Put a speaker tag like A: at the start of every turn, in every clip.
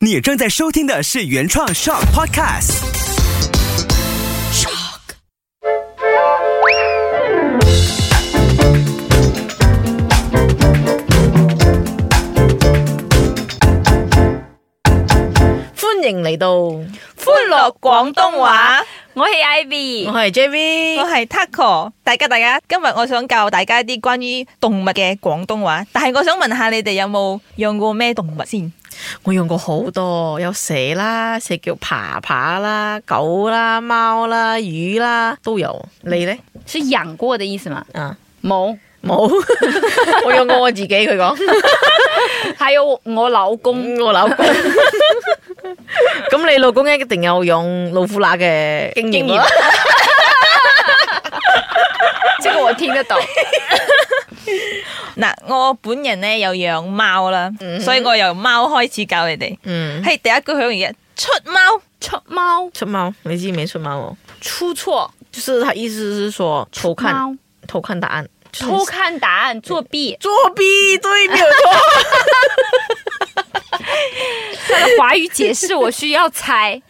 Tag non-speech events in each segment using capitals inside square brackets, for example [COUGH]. A: 你正在收听的是原创 Shock Podcast。
B: 欢迎嚟到，我
C: 欢乐广东话，
D: 我係 Ivy，
B: 系 J V
C: 我。系 Taco，大家大家，今日我想教大家啲关于动物嘅广东话，但系我想问下你哋有冇养过咩动物先？
B: 我用過好多，有蛇啦，蛇叫爬爬啦，狗啦，貓啦，魚啦，都有。你呢？
D: 是養過的意思嘛？
B: 啊，
D: 冇，
B: [LAUGHS] 冇，我用過我自己。佢講，
D: 還有我老
B: [LAUGHS]
D: 公，
B: 嗯我老公。咁你老公一定有用老虎乸嘅啊經驗啦。
D: 這個我聽
B: [LAUGHS]
D: 得懂。
C: 嗱，我本人咧有养猫啦，所以我由猫开始教你哋。
B: 嗯，
C: 系第一句好容易嘅，出猫
D: 出貓
B: 出貓，你知唔知出貓哦？
D: 出錯，
B: 就是他意思是說偷看，
D: 貓
B: 偷看答案，
D: 偷看答案作
B: [LAUGHS]
D: 弊，
B: 作弊，對，沒有錯。
D: 它的華語解釋我需要
B: [LAUGHS]
D: 猜。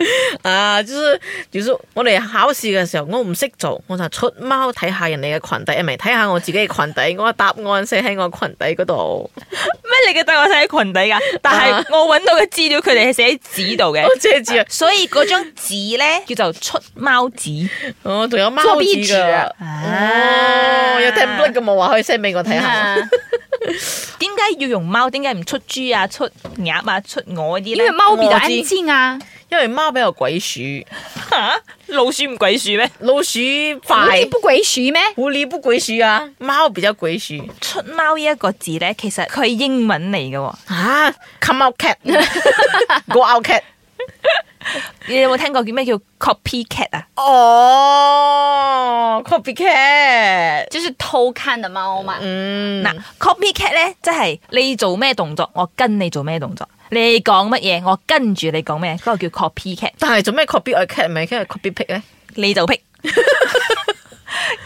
B: 啊，就是，如果我哋考試嘅時候，我唔識做，我就出貓睇下人哋嘅裙底，誒唔係睇下我自己嘅裙底，我嘅答案寫喺我裙底嗰度，
C: 咩？你嘅答案喺裙底噶，但系我揾到嘅资料，佢哋系写喺纸度
B: [LAUGHS]
C: 嘅
B: 我。遮 [LAUGHS] 住啊，
C: [LAUGHS] 所以嗰張紙咧叫做出貓紙，
B: 我哦仲有貓
D: 作弊
B: 紙
D: 紙
B: 噶
D: 啊，
B: 哦，有 template 嘅冇話可以 send 俾我睇下， [LAUGHS]
D: 嗯
C: 點解要用貓？點解唔出豬啊、出鴨啊、出我啲
D: 因為
C: 咧？
D: 貓比較
B: 我知
D: 安靜啊，
B: 因為貓比較鬼鼠，
C: 嚇老鼠唔鬼鼠咩？
B: 老鼠
D: 狐
B: 快
D: 狸，不鬼鼠咩？
B: 狐狸不鬼鼠啊，貓比較鬼鼠
C: 出貓呢一個字咧，其實佢係英文嚟嘅喎。
B: 啊，come out [LAUGHS] cat，go out cat，
C: 你有冇聽過叫咩叫 copycat 啊？
B: 哦，copycat，
D: 就是偷看的貓嘛。
B: 嗯，
C: 嗱、copycat 咧，即係你做咩動作，我跟你做咩動作；你講乜嘢，我跟住你講咩，嗰、個叫 copycat。
B: 但係做咩 copy 我 cat 咪跟住 copy pick 咧？
C: 你就 [LAUGHS] 劈。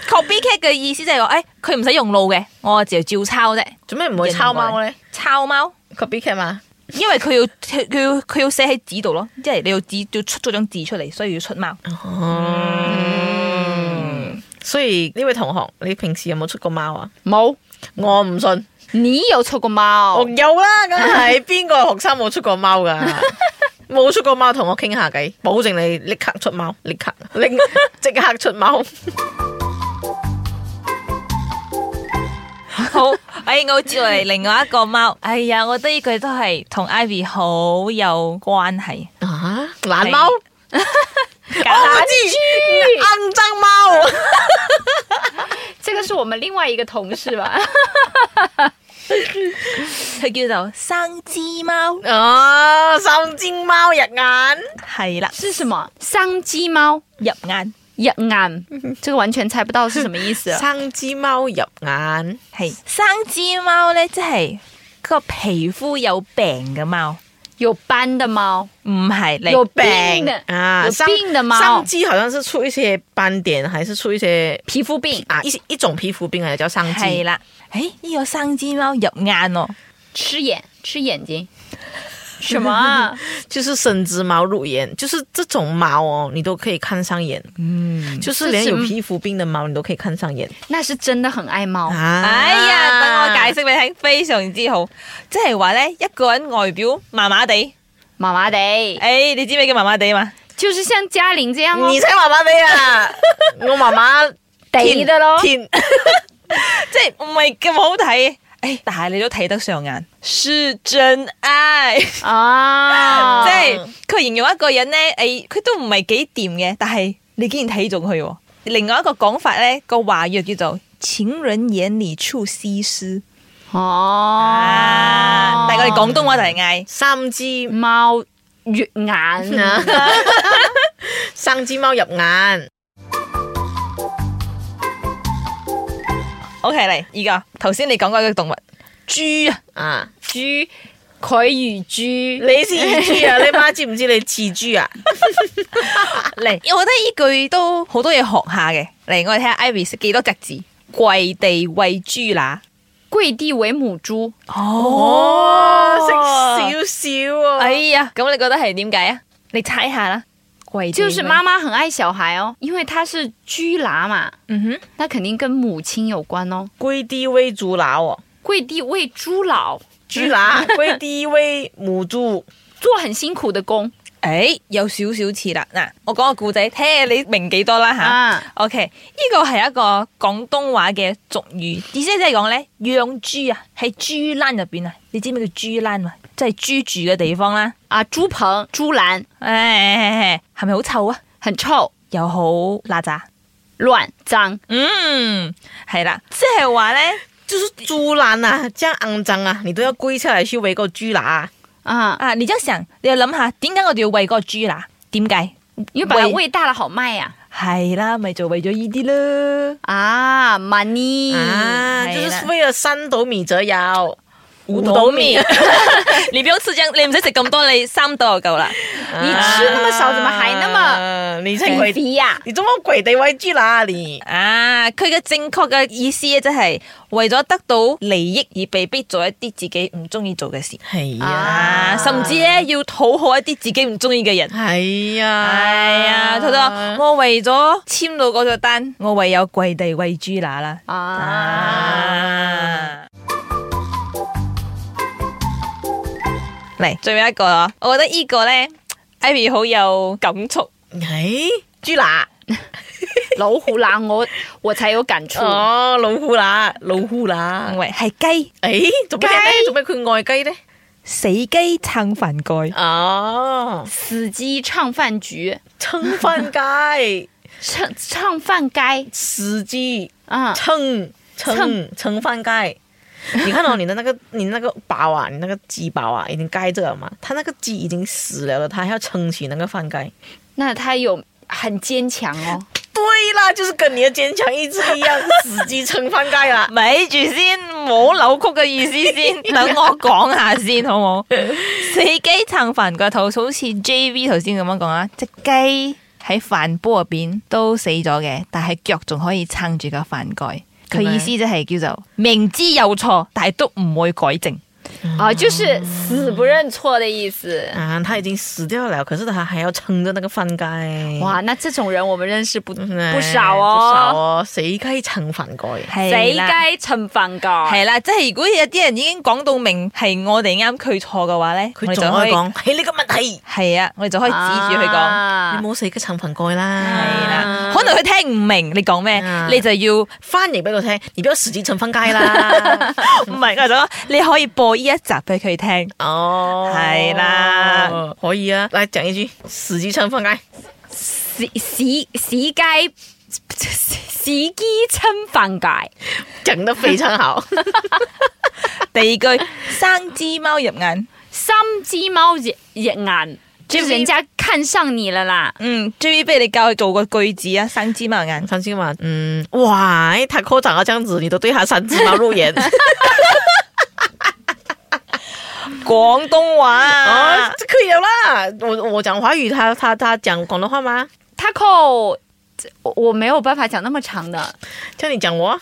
C: copycat 嘅意思就係話，誒、哎佢唔使用腦嘅，我就照抄啫。
B: 做咩唔去抄貓咧啊
C: 抄貓，
B: ？copycat 嘛？
C: 因為佢要佢佢要佢要寫喺紙度咯，即係你要紙要出咗張字出嚟，所以要出貓。
B: 嗯，所以呢位同學，你平時有冇出過貓啊？
D: 冇，
B: 我唔信，
D: 你有出過貓
B: 我？有啦，梗係邊個學生冇出過貓噶？ [LAUGHS] 冇出過貓，同我傾下偈，保證你立刻出貓，立 [LAUGHS] 刻，立即刻出貓。
C: 好，哎，我接落嚟另外一個貓。哎呀，我覺得呢句都係同 Ivy 好有關係。
B: 啊，懶貓，我
C: 簡單
B: 知，肮脏貓。 [LAUGHS]
D: 這個是我們另外一個同事
B: [LAUGHS]
D: 吧？
C: 佢叫做生枝貓，
B: 哦，三尖貓入眼，。
C: 係啦，
D: 是什麼？桑基貓？
C: 入眼
D: 眼眼，這個完全猜不到是什麼意思
B: [LAUGHS] 三尖貓入眼。
C: 係生枝貓咧，即係個皮膚有病嘅貓，
D: 有斑的貓，
C: 唔係你
D: 有病的
B: 啊，
D: 有
B: 上
D: 病的
B: 上
D: 貓，
B: 肢好像是出一些斑点，还是出一些
D: 皮肤病，
B: 啊一一种皮肤病啊，叫上肢。
C: 係啦。誒，呢個生枝貓入眼喎，
D: 吃眼，吃眼睛，什么啊？
B: 就是生枝猫入眼，就是这种猫哦，你都可以看上眼。嗯，就是连有皮肤病的猫，你都可以看上眼。
D: 那是真的很爱猫，
B: 啊
C: 哎呀，等我解釋俾你聽，非常之好。即係話咧，一個人外表麻麻地，
D: 麻麻的，
C: 誒，你知咩叫麻麻地嘛？
D: 就是像嘉玲这样哦
B: 你，才麻麻地
D: [LAUGHS]
B: 啊！我麻麻
D: 得的咯，
B: 天
C: 即係唔係咁好睇。誒，但係你都睇得上眼，是真愛。
D: 啊，
C: 即係佢形容一個人咧，诶，佢都唔係幾掂嘅，但係你竟然睇中佢喎。另外一個講法咧，個華語叫做情人眼裡出西施
D: 哦
C: 啊，，但係我哋廣東話就係嗌
B: 三只
D: 貓越
B: [LAUGHS]
D: 眼 [LAUGHS] 啊，
B: 生枝猫入眼，
C: ，OK 嚟依個頭先你講嗰個動物豬啊，
B: 啊！
D: 豬佢如豬，
B: 你是豬啊？你媽知唔知你似豬啊？
C: 嚟，我覺得呢句都好多嘢學下嘅。嚟，我哋睇下 Ivy 識幾多隻字，跪地餵豬乸，
D: 跪地为母猪，
C: 哦
B: 識少少啊！
C: 哎呀，咁你覺得係點解啊？你猜下啦，跪地
D: 就是妈，妈很爱小孩哦，因为她是居乸嘛，
C: 嗯哼，
D: 那肯定跟母亲有关哦。
B: 跪地喂猪乸哦，
D: 跪地为猪老，
B: 猪 [LAUGHS] 乸跪地喂母猪，
D: 做很辛苦的工
C: 诶、有少少似啦。嗱，我講個故仔，睇下你明幾多啦吓。
D: 啊，
C: OK，呢個係一個廣東話嘅俗語，意思即係講咧，養豬啊，喺豬欄入邊啊，你知唔知叫豬欄嘛？即係豬住嘅地方啦。
D: 啊，猪棚、猪栏
C: 诶，係咪好臭啊？
D: 很臭、
C: 又好邋遢。
D: 乱、脏，
C: 嗯，係啦，即係話咧，
B: 就是猪欄啊，这样肮脏啊，你都要跪下来去喂个猪乸啊。
D: 啊，
C: 啊，你即想，你又諗下，點解我哋要喂嗰個豬乸？點解？
D: 因为把它
C: 喂
D: 喂大了好卖呀、
C: 係啦，咪就為咗呢啲咯。
D: 啊。money
B: 啊，
C: 係
B: 就
C: 啦
B: 是為了三斗米折腰，
C: 五斗米， [LAUGHS] 你不用吃醬，你唔使食咁多，你三斗就夠啦。
B: 你
D: 吃那麼少怎麼還那
B: 么？啊你真鬼，
D: 肥呀、
B: 你这么鬼地喂猪乸你？
C: 啊，佢嘅正確嘅意思咧，即係為咗得到利益而被逼做一啲自己唔中意做嘅事，
B: 係
C: 啊，
B: 啊，
C: 甚至咧要討好一啲自己唔中意嘅人。
B: 哎係
C: 係
B: 啊，
C: 啊，佢就話我為咗簽到嗰個單，我唯有跪地喂豬乸啦。
D: 啊！
C: 啊！嚟最後一個啦，我覺得呢個咧，Ivy 好有感觸。
B: 誒，豬哎乸，
D: 老虎狼，我我才有感触。
B: 哦，老虎乸，老虎乸，
C: 喂，係雞
B: 誒，做咩咧？做咩佢愛雞咧？
C: 死雞撐飯蓋，
B: 哦，
D: 死鸡唱饭局，
B: 撐飯街，
D: 唱唱饭该
B: 司機。
D: 啊，
B: 蹭蹭
D: 蹭
B: 蹭饭盖。你看到、你的那个你那个包啊，你那个鸡包啊，已经盖着了嘛？它那个鸡已经死了的，它还要撑起那个饭盖。
D: 那他有很坚强哦。
B: 对啦，就是跟你的坚强意志一 [LAUGHS] 样，死鸡撑饭盖啦。
C: 咪住先，冇扭曲嘅意
B: [LAUGHS]
C: 思先，等我講下先，好冇？死雞撐飯蓋，好好似 JV 頭先咁樣講啊，只雞喺飯煲入邊都死咗嘅，但係腳仲可以撐住個飯蓋。佢意思即係叫做明知有錯，但係都唔會改正。
D: 啊，就是死不认错的意思。
B: 啊，它已经死掉了，可是它还要撑着那个饭盖。
D: 哇，那这种人我们认识不
B: 哎，
D: 嗯不少
B: 不少
D: 哦。哎
B: 哦，死鸡撑饭盖。
D: 谁该惩罚噶？
C: 系啦，即係如果有啲人已經講到明係我哋啱佢錯嘅話咧，
B: 佢
C: 我哋
B: 仲
C: 就
B: 可
C: 可
B: 以
C: 以
B: 讲，系呢个问题，
C: 係啊，我哋就可以指住佢講。
B: 你
D: 讲。
B: 冇死雞撐飯蓋啦。
C: 係啦
D: 啊，
C: 可能佢聽唔明你講咩
B: 啊，
C: 你就要唔
B: 翻譯俾我聽，你不要死雞撐飯蓋 [LAUGHS] 啦。
C: [LAUGHS] 係我就講你可以播呢一集俾佢 [LAUGHS] 聽。
B: 哦，
C: 係啦，
B: 可以啊，来讲一句，死鸡撑饭盖，
D: 死死死该死鸡称饭该。
B: 讲得非常 [LAUGHS] 好，
C: 第二句生隻貓入眼，
D: 三只猫眼眼，就人家看上你了啦。
C: 嗯，JVB 你教佢做個句子啊，生隻貓入眼。
B: 伤心嘛，嗯，哇，他科长到这样子，你都对他三只猫入 [LAUGHS] 眼，
C: 廣東話啊
B: 哦，这可以了啦，我我讲华语，他他他讲广东话吗？
D: Taco，这我我没有办法讲那么长的。
B: 叫你讲我，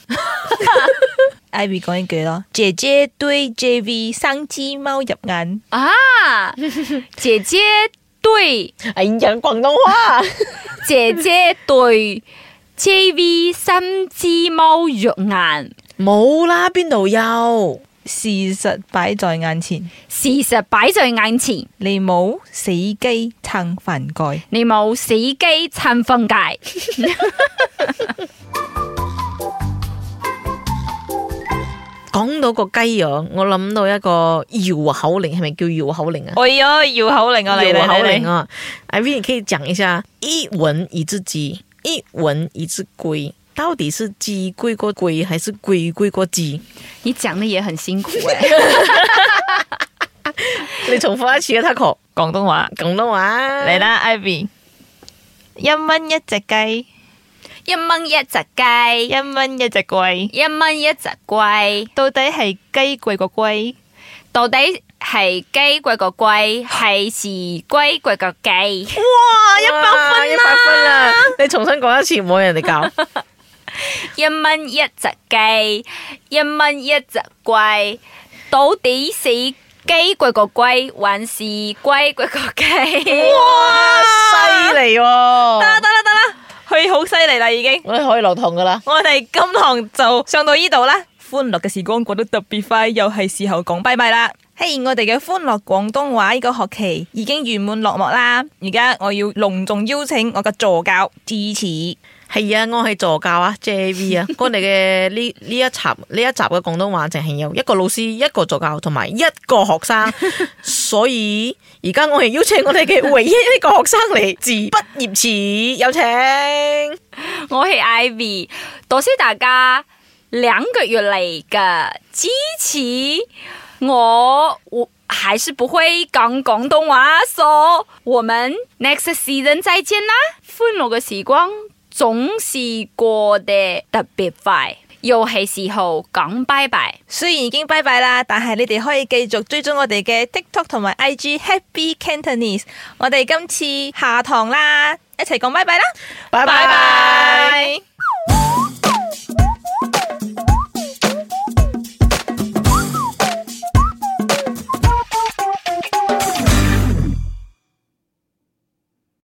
C: ，Ivy 講一句咯，姐姐對 JV 生隻貓入眼。
D: 啊，姐姐对
B: 哎，你讲广东话，
D: 姐姐对 JV 三只猫肉眼，
B: 冇啦，边度有？
C: 事實擺在眼前，
D: 事实摆在眼前，
C: 你冇死雞撐飯蓋。
D: 你冇死鸡撑瞓街。
B: 讲到个鸡樣，我谂到一个绕口令，系咪叫绕口令啊？
C: 哎呀，绕口令啊，你
B: 有好
C: 嚟
B: 灵啊！艾薇，你可以讲一下“一文一只鸡，一文一只龟”，到底是鸡贵过龟，还是龟贵过鸡？
D: 你讲的也很辛苦哎、
B: 你重复一次啊，Taco，
C: 廣東話
B: 广东话
C: 嚟，啦，Ivy。一蚊一隻雞，
D: [LAUGHS] 一蚊一只鸡，
C: 一蚊一隻龜，
D: 一蚊一只龟，
C: 到底係雞貴過龜？
D: 到底系鸡贵过龟，系是龟贵过鸡？
B: 哦啊 [LAUGHS] 哇，一百分啦！一百分啦！你重新讲一次，唔好人哋教。
D: 一蚊一隻雞，一蚊一隻龜，到底死雞貴過龜，還是龜貴過雞？
B: 哇，犀利
C: 得
B: 喎！
C: 啦得啦得啦，佢好犀利啦已經。
B: 我哋可以落堂噶啦。
C: 我哋今堂就上到呢度啦。歡樂嘅時光過得特別快，又係時候講拜拜啦。嘿我哋嘅歡樂廣東話呢個學期已經圓滿落幕啦。而家我要隆重邀請我嘅助教智齒。
B: 係啊，我係助教啊，JAV 啊，我哋嘅呢呢一集呢一集嘅廣東話淨係有一個老師、一個助教同埋一個學生，所以而家我哋邀請我哋嘅唯一一個學生嚟自畢業池，有請。
D: [LAUGHS] 我係 Ivy，多謝大家兩個月嚟嘅支持。我我還是不會講廣東話，所以我們 next season 再見啦！歡樂嘅時光總是過得特別快，又係時候講拜拜。
C: 雖然已經拜拜啦，但係你哋可以繼續追蹤我哋嘅 TikTok 同埋 IG Happy Cantonese。我哋今次下堂啦，一齊講拜拜啦，
B: 拜拜
C: 拜